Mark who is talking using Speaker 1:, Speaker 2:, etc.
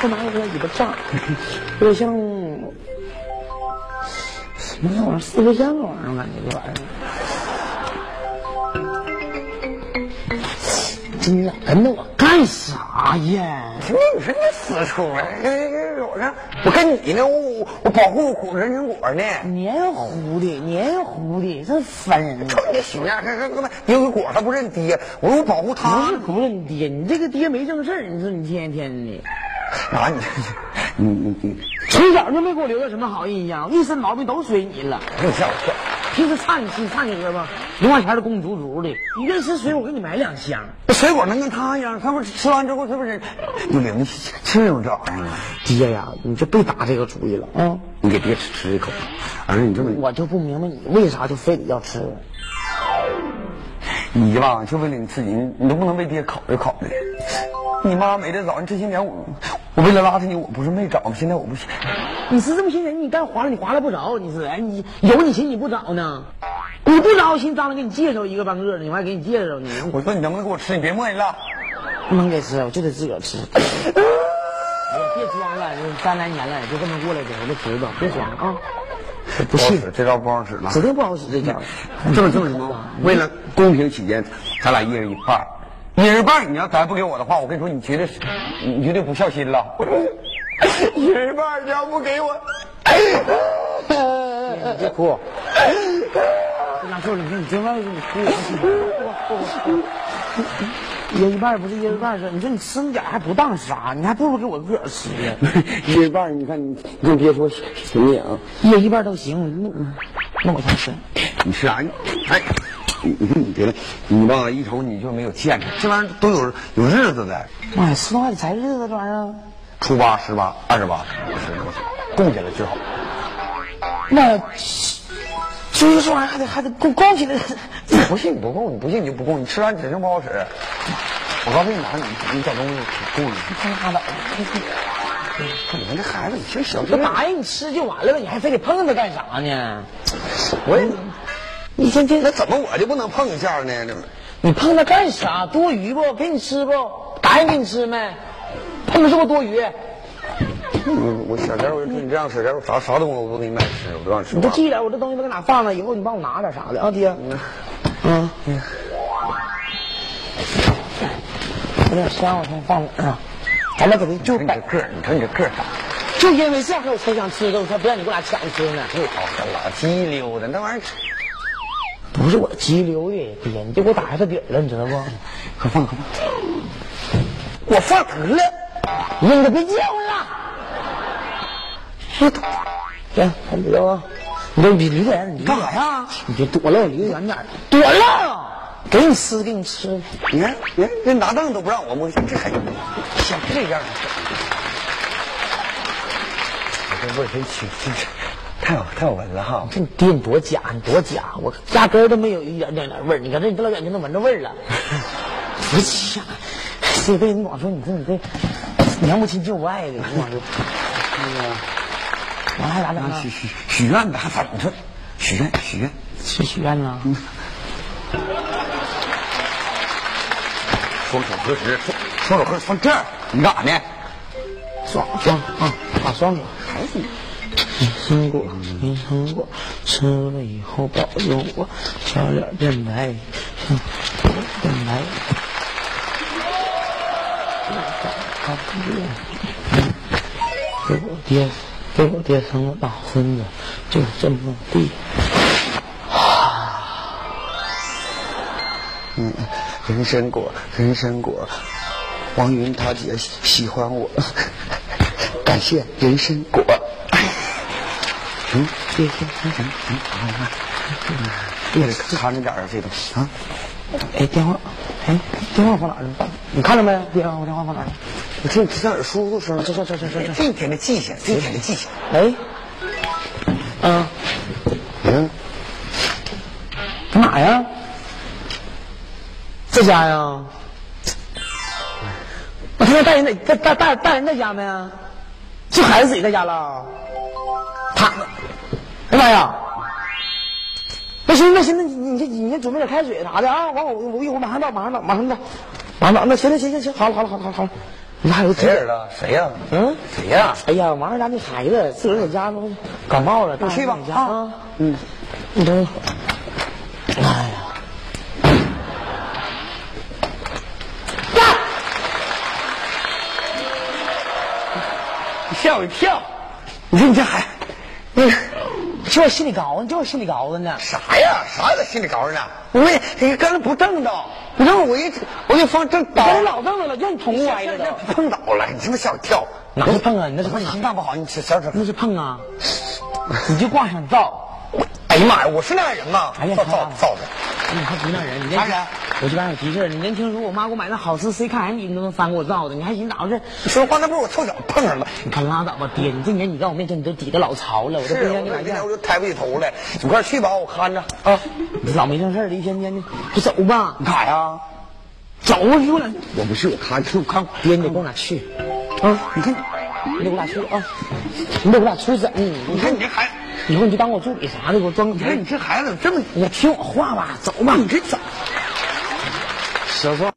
Speaker 1: 后脑有点尾巴炸，有点像什么那玩意儿，四啊不像玩意儿，我感觉这玩意儿。真的，真的，我啊干啥呀？
Speaker 2: 你你说你死出来，我上我跟你呢，我我保护苦人苹果呢。
Speaker 1: 黏糊的，黏糊的，这烦人！
Speaker 2: 瞅你这熊样，看看看，有个果他不认爹，我说我保护
Speaker 1: 不
Speaker 2: 他
Speaker 1: 是。不是你爹，你这个爹没正事儿，你说你天天的，
Speaker 2: 啥你你你你，
Speaker 1: 从小就没给我留下什么好印象，一身毛病都随你了。
Speaker 2: 你吓我一跳。
Speaker 1: 平时差你吃差你喝吧，零花钱都供你足足的。你愿意吃水，我给你买两箱。
Speaker 2: 这水果能跟他一样？他不是吃完之后是不是有灵气？这种招儿啊？
Speaker 1: 爹呀，你就别打这个主意了啊！
Speaker 2: 你给爹吃吃一口。儿子，你这么
Speaker 1: 我就不明白你为啥就非得要吃。
Speaker 2: 你吧，就为了你自己，你都不能为爹考虑考虑。你妈没得早，你这些年我，我为了拉着你，我不是没找吗？现在我不行，
Speaker 1: 你是这么些人，你干划拉你划拉不着，你是哎你有你寻你不找呢？你不找我寻张罗给你介绍一个半个的，我还给你介绍呢。
Speaker 2: 我说你能不能给我吃？你别磨叽了。
Speaker 1: 不能给吃，我就得自个儿吃。哎呀，别装了，这三来年了，就这么过来的，我都知道，别装啊！不信，
Speaker 2: 这招不好嗯使了
Speaker 1: 指定不好使这招。
Speaker 2: 这么这么什么？为了公平起见，咱俩一人一半儿。一人一半儿，你要咱不给我的话，我跟你说，你绝对是，你绝对不孝心了。 一人一半儿，你要不给我，
Speaker 1: 你别 哭，拿错了，你说你真让你哭，一人一半不是一人一半是，你说你吃那点还不当啥，你还不如给我自个儿吃呢。
Speaker 2: 一人一半儿，你看你，你跟别说行不行？
Speaker 1: 一人一半都行，那那我先吃。
Speaker 2: 你吃啥？你哎，你你看你别的，你吧一瞅你就没有见识，这玩意儿都有有日子的，
Speaker 1: 妈呀，吃东西才日子这玩意儿，
Speaker 2: 初八、十八、二十八，十多岁，供起来最好。
Speaker 1: 那就是这玩意儿还得还得供供起来。
Speaker 2: 不信你不供，你不信你就不供，你吃完指定不好使。我告诉你，哪你你找东西供你。
Speaker 1: 拉倒吧，
Speaker 2: 看你看这孩子，你这小
Speaker 1: 这
Speaker 2: 这
Speaker 1: 答应你吃就完了呗，你还非得碰它干啥呢？
Speaker 2: 我也，
Speaker 1: 你天天
Speaker 2: 那怎么我就不能碰一下呢？这
Speaker 1: 你碰它干啥？多余不？给你吃不？答应给你吃没？碰它是不是多余？
Speaker 2: 我我小时候我就说你这样式，然后啥啥东西我都给你买吃，我不让你吃
Speaker 1: 你
Speaker 2: 饭
Speaker 1: 都。记点，我这东西都搁哪放了？以后你帮我拿点啥的啊，爹。嗯，有点香，我先放哪儿啊？咱俩搁这就
Speaker 2: 你
Speaker 1: 摆
Speaker 2: 这，个儿，你瞅你这个儿大，
Speaker 1: 就因为这样我才想吃的，我才不让你给我俩抢吃呢。
Speaker 2: 又好看了，鸡溜的那玩意儿。
Speaker 1: 不是我急流的，爹，你就给我打下他底儿了，你知道不？快放，快放！我放得了，你可别叫了。行，还知道啊？你这离远，你
Speaker 2: 干啥呀？
Speaker 1: 你就躲了，我离得远点儿，躲了，给你吃，给你吃。
Speaker 2: 你看，你看，这拿凳都不让我摸，这还像这样儿。我这味儿真奇，真是太好太好闻了哈！
Speaker 1: 这你爹你多假，你多假，我压根儿都没有一点点点味儿。你看这你这老远就能闻着味儿了，多假！这辈子你光说你这你这娘不亲舅不爱的，你光说，那个，完还咋整啊
Speaker 2: 许？许许愿呗，还反正许愿许愿。
Speaker 1: 去许愿呢？
Speaker 2: 双手合十，双手合十放这儿，你干啥呢？
Speaker 1: 双双啊，打双手。你生过，没生过，吃了以后保佑我小脸变白，哼变白。给我爹，给我爹生个大孙子，就这么地。
Speaker 2: 嗯，人参果，人参果，王云他姐喜喜欢我，感谢人参果。嗯，谢谢，嗯嗯嗯，好好好，别看着点儿啊，这东西啊。
Speaker 1: 哎，电话，哎，电话放哪儿了？你看着没？电话，我电话放哪儿了？
Speaker 2: 我听你听耳舒服声，
Speaker 1: 这这这这这这。
Speaker 2: 这一天的记性，这一天的记性。
Speaker 1: 喂，啊，
Speaker 2: 嗯，
Speaker 1: 干嘛呀？在家呀？我现在大人在大大大大人在家没？啊就孩子自己在家了？他，哎妈呀！那行那行，那你你先你先准备点开水啥的啊！完我我一会儿马上到，马上到，马上到，马上到。那行了行行行，好了好了好了好了好了，你还有
Speaker 2: 谁人了？谁呀？
Speaker 1: 嗯，
Speaker 2: 谁呀？
Speaker 1: 哎呀，完了，咱这孩子自个儿在家都感冒了，
Speaker 2: 你去吧
Speaker 1: 大人在家
Speaker 2: 啊
Speaker 1: 啊，嗯，你等一会儿。哎呀，
Speaker 2: 你吓我一跳！你说你这孩子
Speaker 1: 你哎这我心里高呢，这我心里高呢。
Speaker 2: 啥呀？啥也在心里着着呢？我也你刚才不正道，你让我一我就放正倒
Speaker 1: 我这哎老凳子了，又捅歪了都。
Speaker 2: 碰倒了，你他妈吓我一跳！
Speaker 1: 哪是碰啊？你那是碰啊？
Speaker 2: 办不好，你小小
Speaker 1: 那是碰啊！你就光想造，
Speaker 2: 哎呀妈呀，我是那样人吗？
Speaker 1: 哎呀
Speaker 2: 造
Speaker 1: 他
Speaker 2: 造造的，
Speaker 1: 你还不是那人？你
Speaker 2: 啥人？
Speaker 1: 我就刚有急事儿你年轻时候我妈给我买那好吃 C 看 M 你都能翻给我造的，你还寻思咋回事？
Speaker 2: 你说话那不是我凑巧碰上了。
Speaker 1: 你看拉倒吧，爹，你这年你在我面前你都抵得老潮了，我都
Speaker 2: 是
Speaker 1: 不想
Speaker 2: 我跟
Speaker 1: 你
Speaker 2: 你
Speaker 1: 买
Speaker 2: 今
Speaker 1: 件
Speaker 2: 天我。就抬不起头来，你快去吧，我看着。
Speaker 1: 啊，你老没正事儿的，一天天的，就走吧，
Speaker 2: 干啥呀？
Speaker 1: 走啊，你给我俩，
Speaker 2: 我不去，我看着，我看。
Speaker 1: 爹，你得跟我俩去，啊，
Speaker 2: 你看，
Speaker 1: 你得跟我俩去啊，你得跟我俩出去，嗯，
Speaker 2: 你看你这孩子，
Speaker 1: 以后你就当我助理啥的，我装个
Speaker 2: 你看你这孩子怎么这么，
Speaker 1: 你听我话吧，走吧，
Speaker 2: 你这咋？
Speaker 1: 小时候。